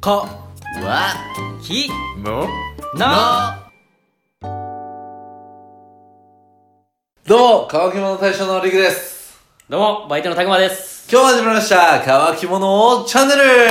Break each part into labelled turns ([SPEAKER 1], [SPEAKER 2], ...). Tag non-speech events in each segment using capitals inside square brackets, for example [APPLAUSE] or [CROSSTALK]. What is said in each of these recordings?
[SPEAKER 1] か
[SPEAKER 2] わ
[SPEAKER 1] き
[SPEAKER 2] も
[SPEAKER 1] な
[SPEAKER 2] どうも乾き物大賞のりくです
[SPEAKER 1] どうもバイトのたくまです
[SPEAKER 2] 今日も始まりました乾き物チャンネルお願いし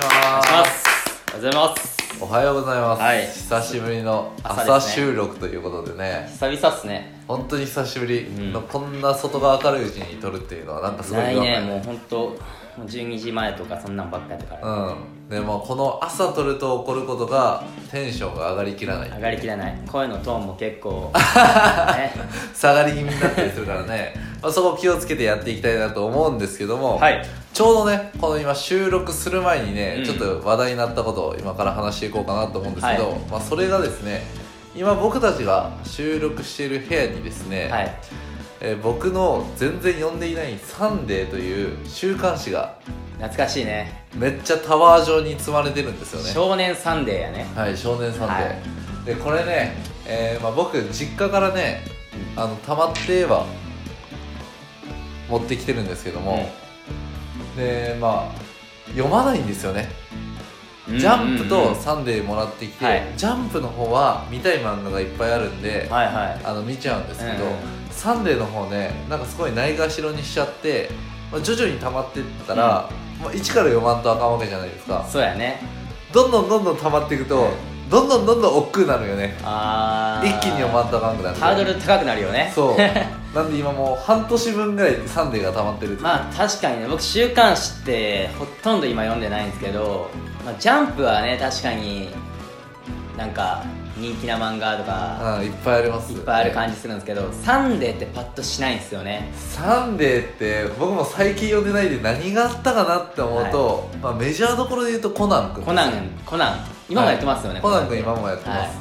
[SPEAKER 2] ます
[SPEAKER 1] ますありがとうございます
[SPEAKER 2] おはようございます、
[SPEAKER 1] はい
[SPEAKER 2] 久しぶりの
[SPEAKER 1] 朝
[SPEAKER 2] 朝
[SPEAKER 1] ですね
[SPEAKER 2] 収録ということでね
[SPEAKER 1] 久々っすね
[SPEAKER 2] 本当に久しぶりの、
[SPEAKER 1] うん
[SPEAKER 2] こんな外が明るいうちに撮るっていうのはなんかすごい
[SPEAKER 1] ない
[SPEAKER 2] 違和
[SPEAKER 1] ね
[SPEAKER 2] 感
[SPEAKER 1] もうほんともう12時前とかそんなんばっかやったから
[SPEAKER 2] うんでもこの朝撮ると起こることがテンションが上がりきらない
[SPEAKER 1] 上がりきらない声のトーンも結構
[SPEAKER 2] [LAUGHS]
[SPEAKER 1] ね
[SPEAKER 2] 下がり気味になったりするからね、まあ、そこ気をつけてやっていきたいなと思うんですけども、
[SPEAKER 1] はい
[SPEAKER 2] ちょうどねこの今収録する前にね、
[SPEAKER 1] うん
[SPEAKER 2] ちょっと話題になったことを今から話していこうかなと思うんですけど、
[SPEAKER 1] はい
[SPEAKER 2] まあ、それがですね今僕たちが収録している部屋にですね、
[SPEAKER 1] はい
[SPEAKER 2] えー僕の全然読んでいない「サンデー」という週刊誌が
[SPEAKER 1] 懐かしいね
[SPEAKER 2] めっちゃタワー状に積まれてるんですよね
[SPEAKER 1] 少年サンデーやね
[SPEAKER 2] はい、少年サンデー、
[SPEAKER 1] はい
[SPEAKER 2] でこれね、えーまあ、僕実家からねあの溜まっては持ってきてるんですけども、でまあ読まないんですよね、
[SPEAKER 1] うん
[SPEAKER 2] ジャンプ
[SPEAKER 1] うんうん
[SPEAKER 2] と
[SPEAKER 1] うん
[SPEAKER 2] サンデーもらってきて、
[SPEAKER 1] はい
[SPEAKER 2] ジャンプの方は見たい漫画がいっぱいあるんで、
[SPEAKER 1] はいはい
[SPEAKER 2] あの見ちゃうんですけど、
[SPEAKER 1] うん
[SPEAKER 2] サンデーの方ねなんかすごいないがしろにしちゃって、まあ、徐々に溜まってったら、もう一から読まんとあかんわけじゃないですか
[SPEAKER 1] そうやね
[SPEAKER 2] どんどんどんどん溜まっていくと、どんどんどんどん億劫になるよね
[SPEAKER 1] あー
[SPEAKER 2] 一気に読まんとあかんくなる
[SPEAKER 1] ハードル高くなるよね [LAUGHS]
[SPEAKER 2] そうなんで今もう半年分ぐらいサンデーが溜まってるって
[SPEAKER 1] まあ確かにね僕週刊誌ってほとんど今読んでないんですけど、まあ、ジャンプはね確かになんか人気な漫画とか
[SPEAKER 2] うんいっぱいあります
[SPEAKER 1] いっぱいある
[SPEAKER 2] じ
[SPEAKER 1] 感じするんですけど、サンデーってパッとしないんですよね
[SPEAKER 2] サンデーって僕も最近読んでないで何があったかなって思うと、まあ、メジャーどころで言うとコナン君
[SPEAKER 1] コナンコナン今もやってますよね、
[SPEAKER 2] コナン君今もやってます、
[SPEAKER 1] は
[SPEAKER 2] って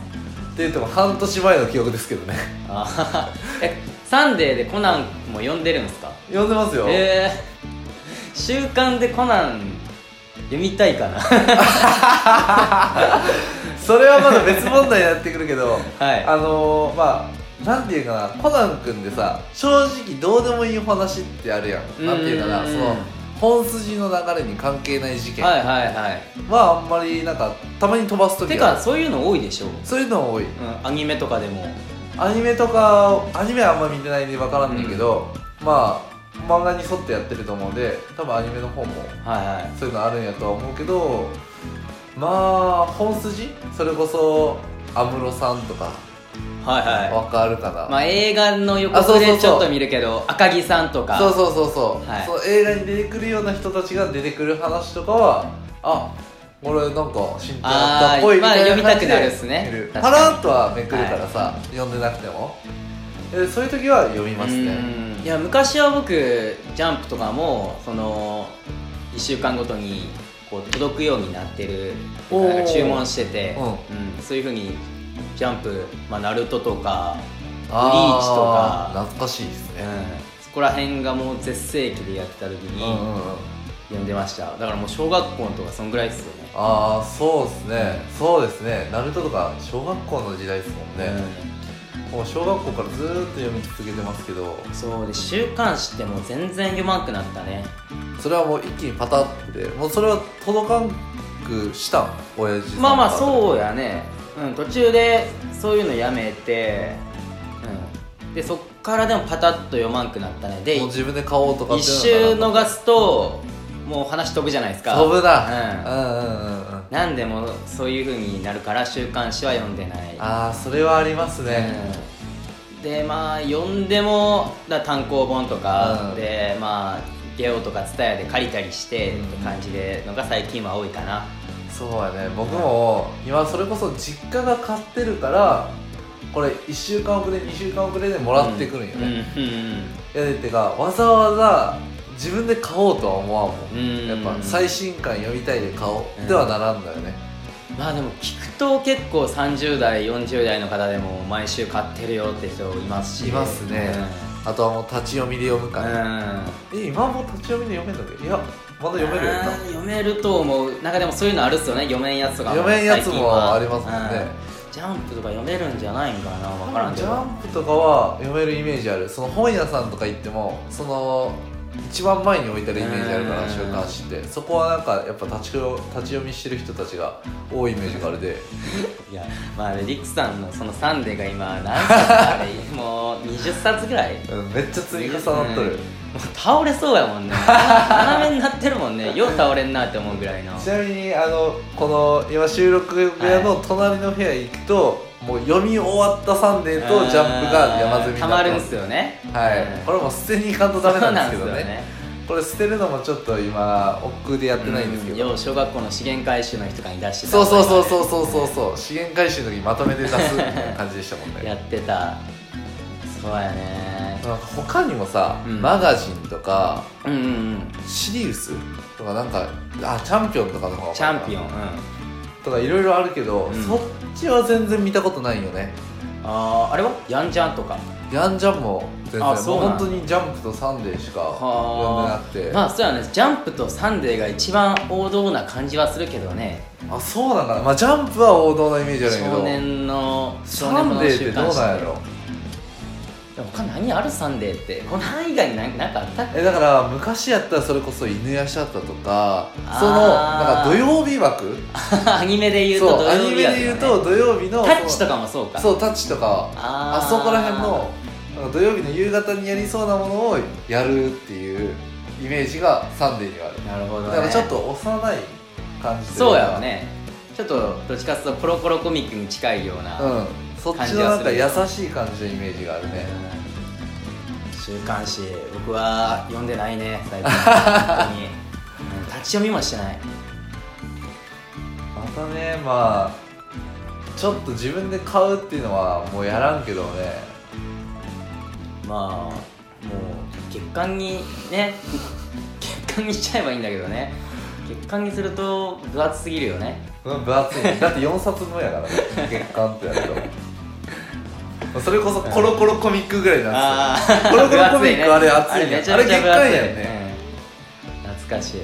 [SPEAKER 2] 言っても半年前の記憶ですけどね [LAUGHS]
[SPEAKER 1] あははえサンデーでコナンも読んでるんですか
[SPEAKER 2] 読んでますよ、
[SPEAKER 1] えー、週刊でコナン読みたいかな
[SPEAKER 2] それはまだ別問題になってくるけど
[SPEAKER 1] はい
[SPEAKER 2] あのー、まあなんていうかなコナン君でさ正直どうでもいいお話ってあるやんなんていうかな
[SPEAKER 1] うん
[SPEAKER 2] その本筋の流れに関係ない事件
[SPEAKER 1] はいはいはい
[SPEAKER 2] はあんまりなんかたまに飛ばす時
[SPEAKER 1] て
[SPEAKER 2] ある
[SPEAKER 1] かそういうの多いでしょう、
[SPEAKER 2] そういうの多い
[SPEAKER 1] うん、アニメとかでも
[SPEAKER 2] アニメとかアニメはあんま見てないんで分からんねんけど、まあ漫画に沿ってやってると思うんで多分アニメの方も
[SPEAKER 1] はいはい
[SPEAKER 2] そういうのあるんやとは思うけどまあ本筋それこそ安室さんとか
[SPEAKER 1] はいは
[SPEAKER 2] 分かるかな、
[SPEAKER 1] いまあ映画の予
[SPEAKER 2] あそう
[SPEAKER 1] 告
[SPEAKER 2] そうそう
[SPEAKER 1] でちょっと見るけど赤木さんとか
[SPEAKER 2] そうそうそうそう、
[SPEAKER 1] はい
[SPEAKER 2] その映画に出てくるような人たちが出てくる話とかはあこれなんか進展あったっぽいみ
[SPEAKER 1] あー
[SPEAKER 2] たいな
[SPEAKER 1] まあ読み
[SPEAKER 2] 感
[SPEAKER 1] た
[SPEAKER 2] じ
[SPEAKER 1] く
[SPEAKER 2] で
[SPEAKER 1] なるっすね
[SPEAKER 2] 見る
[SPEAKER 1] 確
[SPEAKER 2] パ
[SPEAKER 1] かに
[SPEAKER 2] ラッとはめくるからさ、読んでなくてもでそういう時は読みますね
[SPEAKER 1] うんいや昔は僕ジャンプとかもその1週間ごとにこう届くようになってる
[SPEAKER 2] おー
[SPEAKER 1] なんか注文してて、
[SPEAKER 2] う
[SPEAKER 1] うんそういうふうにジャンプ、まあ、ナルトとか、
[SPEAKER 2] あ
[SPEAKER 1] ブリーチと
[SPEAKER 2] ー
[SPEAKER 1] か
[SPEAKER 2] 懐かしいです
[SPEAKER 1] うん
[SPEAKER 2] ね、
[SPEAKER 1] そこら辺がもう絶盛期でやってた時
[SPEAKER 2] うんうん
[SPEAKER 1] に
[SPEAKER 2] うん
[SPEAKER 1] 読んでました、だからもう小学校とかそんぐらいっすよね
[SPEAKER 2] ああそうですねそうですねナルトとか小学校の時代ですもんね、もう小学校からずーっと読み続けてますけど
[SPEAKER 1] うんそうで週刊誌ってもう全然読まんくなったね
[SPEAKER 2] それはもう一気にパタってもうそれは届かんくしたん親父さん
[SPEAKER 1] まあまあ
[SPEAKER 2] う
[SPEAKER 1] そうやね、うん、途中でそういうのやめて、うん、でそっからでもパタッと読まんくなったねで
[SPEAKER 2] もう自分で買おうとか
[SPEAKER 1] 一
[SPEAKER 2] っ
[SPEAKER 1] 周
[SPEAKER 2] ていうのが
[SPEAKER 1] 逃すともう話飛ぶじゃないですか
[SPEAKER 2] 飛ぶ
[SPEAKER 1] うん
[SPEAKER 2] なうんうんうんうん
[SPEAKER 1] なんでもうそういう風になるから週刊誌は読んでない
[SPEAKER 2] ああそれはありますね
[SPEAKER 1] うんでまあ読んでもだ単行本とか
[SPEAKER 2] うん
[SPEAKER 1] で、まあゲオとかツタヤで借りたりしてって感じでのが最近は多いかな、
[SPEAKER 2] そうやね僕も今それこそ実家が買ってるからこれ1週間遅れ2週間遅れでもらってくるんよね、い
[SPEAKER 1] うんうん
[SPEAKER 2] やでってかわざわざ自分で買おうとは思わんもん、
[SPEAKER 1] うん
[SPEAKER 2] やっぱ最新刊読みたいで買おう、
[SPEAKER 1] うん
[SPEAKER 2] ではならんだよね
[SPEAKER 1] まあでも聞くと結構30代40代の方でも毎週買ってるよって人いますし
[SPEAKER 2] いますねあとはもう立ち読みで読む
[SPEAKER 1] うん、
[SPEAKER 2] か
[SPEAKER 1] う
[SPEAKER 2] ら、
[SPEAKER 1] ん
[SPEAKER 2] え今もう立ち読みで読めんだけどいやまだ読めるよ
[SPEAKER 1] あ
[SPEAKER 2] な
[SPEAKER 1] ー読めると思うなんかでもそういうのあるっすよね読めんやつとか
[SPEAKER 2] 読めんやつもありますも
[SPEAKER 1] 最
[SPEAKER 2] ん
[SPEAKER 1] 近は
[SPEAKER 2] ね
[SPEAKER 1] うんジャンプとか読めるんじゃないんかな分からんけ
[SPEAKER 2] ジ
[SPEAKER 1] ど
[SPEAKER 2] ャンプとかは読めるイメージあるその本屋さんとか行ってもその一番前に置いてるイメージあるか
[SPEAKER 1] う
[SPEAKER 2] ら
[SPEAKER 1] ん
[SPEAKER 2] 週刊誌ってそこはなんかやっぱ立ち読立ち読みしてる人たちが多いイメージがあるで
[SPEAKER 1] いやまああれリクさんのそのサンデーが今何冊か
[SPEAKER 2] [LAUGHS]
[SPEAKER 1] あれもう20冊ぐらい
[SPEAKER 2] うんめっちゃ積み重なっとる、
[SPEAKER 1] うんもう倒れそうやもんね斜めになってるもんねよう倒れんなって思うぐらいの
[SPEAKER 2] ちなみにあのこの今収録部屋の隣の部屋行くと、もう読み終わった「サンデー」と「ジャンプ」が山積みになって
[SPEAKER 1] たまるんすよね
[SPEAKER 2] はい、
[SPEAKER 1] うん
[SPEAKER 2] これもう捨てに行かんとダメなんですけどね
[SPEAKER 1] そうなんすよ
[SPEAKER 2] これ捨てるのもちょっと今億劫でやってないんですけ
[SPEAKER 1] う
[SPEAKER 2] ど、
[SPEAKER 1] よう小学校の資源回収の日とかに出してた
[SPEAKER 2] そうそうそうそうそうそうそう資源回収の時にまとめて出すみたいな感じでしたもんね
[SPEAKER 1] [LAUGHS] やってたそうやね
[SPEAKER 2] なんか他にもさ、
[SPEAKER 1] うん
[SPEAKER 2] マガジンとか
[SPEAKER 1] うんうんうん
[SPEAKER 2] シリウスとかなんかあチャンピオンとかの方が
[SPEAKER 1] チャンピオンうん
[SPEAKER 2] とかいろいろあるけど、
[SPEAKER 1] うん
[SPEAKER 2] そっちは全然見たことないよね
[SPEAKER 1] あーあれはヤンジャンとか
[SPEAKER 2] ヤンジャンも全然も
[SPEAKER 1] あ
[SPEAKER 2] う
[SPEAKER 1] そうなん
[SPEAKER 2] 本当にジャンプとサンデーしか読んでな
[SPEAKER 1] は
[SPEAKER 2] く
[SPEAKER 1] ー
[SPEAKER 2] て
[SPEAKER 1] まあそうやねジャンプとサンデーが一番王道な感じはするけどね
[SPEAKER 2] あそうなんかなまあジャンプは王道のイメージあるけど
[SPEAKER 1] 少年の少
[SPEAKER 2] サ
[SPEAKER 1] 年も
[SPEAKER 2] ン
[SPEAKER 1] の
[SPEAKER 2] デーって
[SPEAKER 1] 週
[SPEAKER 2] どう
[SPEAKER 1] 刊誌
[SPEAKER 2] なんやろ
[SPEAKER 1] でも他何あるサンデーってこの範囲以外に何何かあったっけ
[SPEAKER 2] えだから昔やったらそれこそ犬やシャッタとか
[SPEAKER 1] あー
[SPEAKER 2] そのなんか土曜日枠
[SPEAKER 1] [LAUGHS] アニメで言うと
[SPEAKER 2] そう
[SPEAKER 1] 土
[SPEAKER 2] ア
[SPEAKER 1] 曜
[SPEAKER 2] ニ
[SPEAKER 1] 日
[SPEAKER 2] メ
[SPEAKER 1] や
[SPEAKER 2] で言うと土曜日の
[SPEAKER 1] タッチと
[SPEAKER 2] か
[SPEAKER 1] かもそうか
[SPEAKER 2] そうタッチとか
[SPEAKER 1] あ
[SPEAKER 2] あ
[SPEAKER 1] ー
[SPEAKER 2] そこら辺のなんか土曜日の夕方にやりそうなものをやるっていうイメージがサンデーにはある
[SPEAKER 1] なるほど、
[SPEAKER 2] だ
[SPEAKER 1] ね、
[SPEAKER 2] からちょっと幼い感じといか
[SPEAKER 1] そうやろねちょっとどっちかっていうとコロコロコミックに近いような、
[SPEAKER 2] うんそっちのなんか優しい感じのイメージがあるね
[SPEAKER 1] 週刊誌僕は読んでないね最 [LAUGHS] 近本当に、うん立ち読みもしてない
[SPEAKER 2] またねまあちょっと自分で買うっていうのはもうやらんけどね
[SPEAKER 1] まあもう月間にね月間にしちゃえばいいんだけどね月間にすると分厚すぎるよね
[SPEAKER 2] うん分厚いねだって4冊分やからね月刊ってやるとまあそれこそコロコロコミックぐらいなんですよ、
[SPEAKER 1] ー
[SPEAKER 2] コロコロコミックあれ熱いね
[SPEAKER 1] あれめちゃめちゃ分
[SPEAKER 2] あ
[SPEAKER 1] 厚
[SPEAKER 2] れ
[SPEAKER 1] い
[SPEAKER 2] 月刊やんね、
[SPEAKER 1] うん懐かしい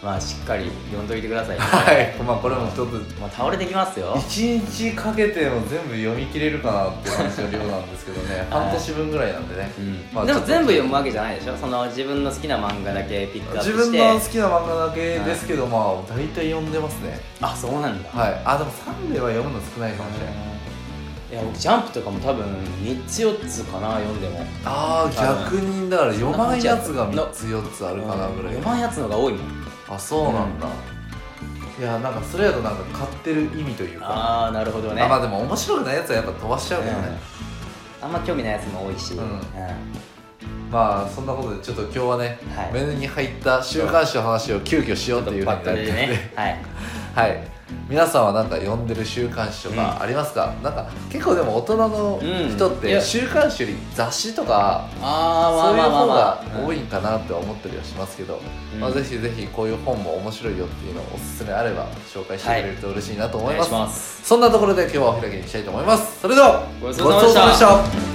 [SPEAKER 1] まあしっかり読んどいてください、ね、
[SPEAKER 2] はいまあこれも一つ
[SPEAKER 1] もう倒れてきますよ
[SPEAKER 2] 1日かけても全部読み切れるかなって感じの量なんですけどね半年分ぐらいなんでね、まあ
[SPEAKER 1] でも
[SPEAKER 2] ちょっと
[SPEAKER 1] 全部読むわけじゃないでしょその自分の好きな漫画だけピックアップして
[SPEAKER 2] 自分の好きな漫画だけですけど、まあ大体読んでますね
[SPEAKER 1] あそうなんだ、
[SPEAKER 2] はいあでもサンデーは読むの少ないかもしれない
[SPEAKER 1] いや僕ジャンプとかも多分3つ4つかな読んでも
[SPEAKER 2] ああ逆にだから読まんやつが
[SPEAKER 1] そんな
[SPEAKER 2] 3
[SPEAKER 1] 感
[SPEAKER 2] つ4つあるかなぐらい
[SPEAKER 1] うん読まんやつのが多いもん
[SPEAKER 2] あそうなんだ、いやなんかそれやとなんか買ってる意味というか
[SPEAKER 1] ああなるほどね
[SPEAKER 2] あまあでも面白くないやつはやっぱ飛ばしちゃうからね、
[SPEAKER 1] うんあんま興味ないやつも多いし、
[SPEAKER 2] うん
[SPEAKER 1] うん
[SPEAKER 2] まあそんなことでちょっと今日はね、
[SPEAKER 1] はい
[SPEAKER 2] メニューに入った週刊誌の話を急遽しようというふうにな
[SPEAKER 1] バ
[SPEAKER 2] っ
[SPEAKER 1] ッ
[SPEAKER 2] て
[SPEAKER 1] ト
[SPEAKER 2] るん
[SPEAKER 1] で
[SPEAKER 2] で、
[SPEAKER 1] ねはい
[SPEAKER 2] [LAUGHS] はい皆さんはなんか読んでる週刊誌とかありますか、なんか結構でも大人の人っ
[SPEAKER 1] うんいや
[SPEAKER 2] て週刊誌より雑誌とかそ
[SPEAKER 1] あ
[SPEAKER 2] ういう方が
[SPEAKER 1] う
[SPEAKER 2] 多
[SPEAKER 1] い
[SPEAKER 2] いんかなって思ったりはしますけど、
[SPEAKER 1] うん
[SPEAKER 2] まあ、ぜひぜひこういう本も面白いよっていうのをおすすめあれば紹介してくれると嬉しいなと
[SPEAKER 1] お
[SPEAKER 2] 思い
[SPEAKER 1] 願い
[SPEAKER 2] ます,、
[SPEAKER 1] します
[SPEAKER 2] そんなところで今日はお開きにしたいと思いますそれでは
[SPEAKER 1] ごちそうさまでした
[SPEAKER 2] ごちそうさまでした